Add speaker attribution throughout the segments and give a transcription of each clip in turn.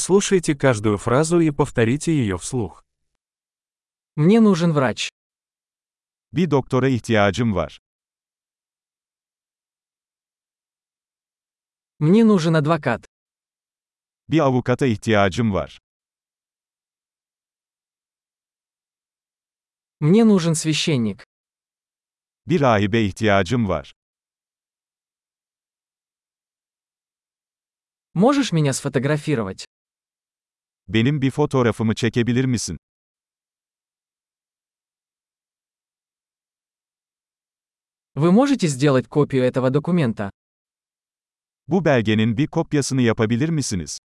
Speaker 1: Прослушайте каждую фразу и повторите ее вслух.
Speaker 2: Мне нужен врач.
Speaker 3: Bir doktora ihtiyacım var.
Speaker 2: Мне нужен адвокат.
Speaker 3: Bir avukata ihtiyacım var.
Speaker 2: Мне нужен священник.
Speaker 3: Bir rahibe ihtiyacım var.
Speaker 2: Можешь меня сфотографировать?
Speaker 3: Benim bir fotoğrafımı çekebilir misin?
Speaker 2: Вы можете сделать копию этого документа?
Speaker 3: Bu belgenin bir kopyasını yapabilir misiniz?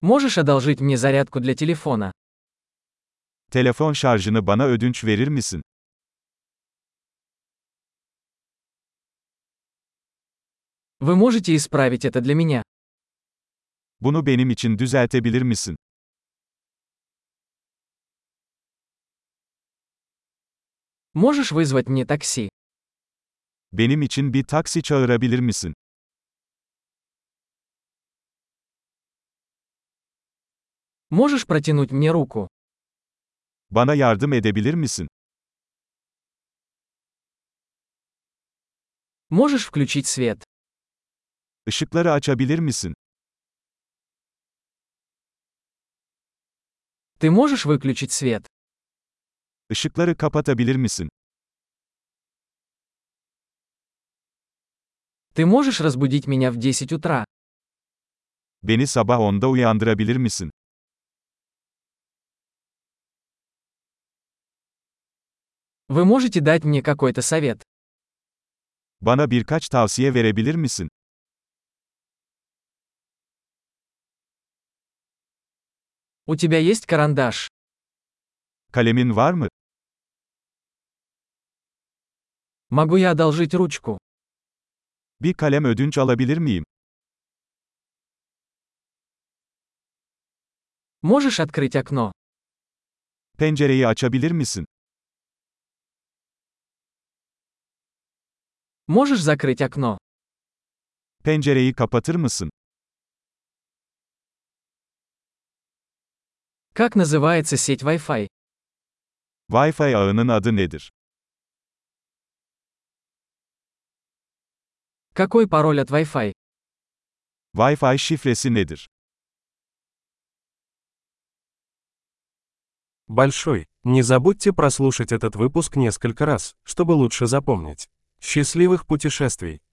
Speaker 2: Можешь одолжить мне зарядку для телефона?
Speaker 3: Telefon şarjını bana ödünç verir misin?
Speaker 2: Вы можете исправить это для меня?
Speaker 3: Bunu benim için düzeltebilir misin?
Speaker 2: Можешь вызвать мне такси?
Speaker 3: Benim için bir taksi çağırabilir misin?
Speaker 2: Можешь протянуть мне руку?
Speaker 3: Bana yardım edebilir misin?
Speaker 2: Можешь включить свет?
Speaker 3: Işıkları açabilir misin?
Speaker 2: Ты можешь выключить свет?
Speaker 3: Işıkları kapatabilir misin?
Speaker 2: Ты можешь разбудить меня в 10 утра?
Speaker 3: Beni sabah 10'da uyandırabilir misin?
Speaker 2: Вы можете дать мне какой-то совет?
Speaker 3: Bana birkaç tavsiye verebilir misin?
Speaker 2: У тебя есть карандаш?
Speaker 3: Kalemin var mı?
Speaker 2: Могу я одолжить ручку?
Speaker 3: Bir kalem ödünç alabilir miyim?
Speaker 2: Можешь открыть окно?
Speaker 3: Pencereyi açabilir misin?
Speaker 2: Можешь закрыть окно?
Speaker 3: Pencereyi kapatır mısın?
Speaker 2: Как называется сеть Wi-Fi?
Speaker 3: Wi-Fi ağının adı nedir?
Speaker 2: Какой пароль от Wi-Fi?
Speaker 3: Wi-Fi şifresi nedir?
Speaker 1: Большой. Не забудьте прослушать этот выпуск несколько раз, чтобы лучше запомнить. Счастливых путешествий!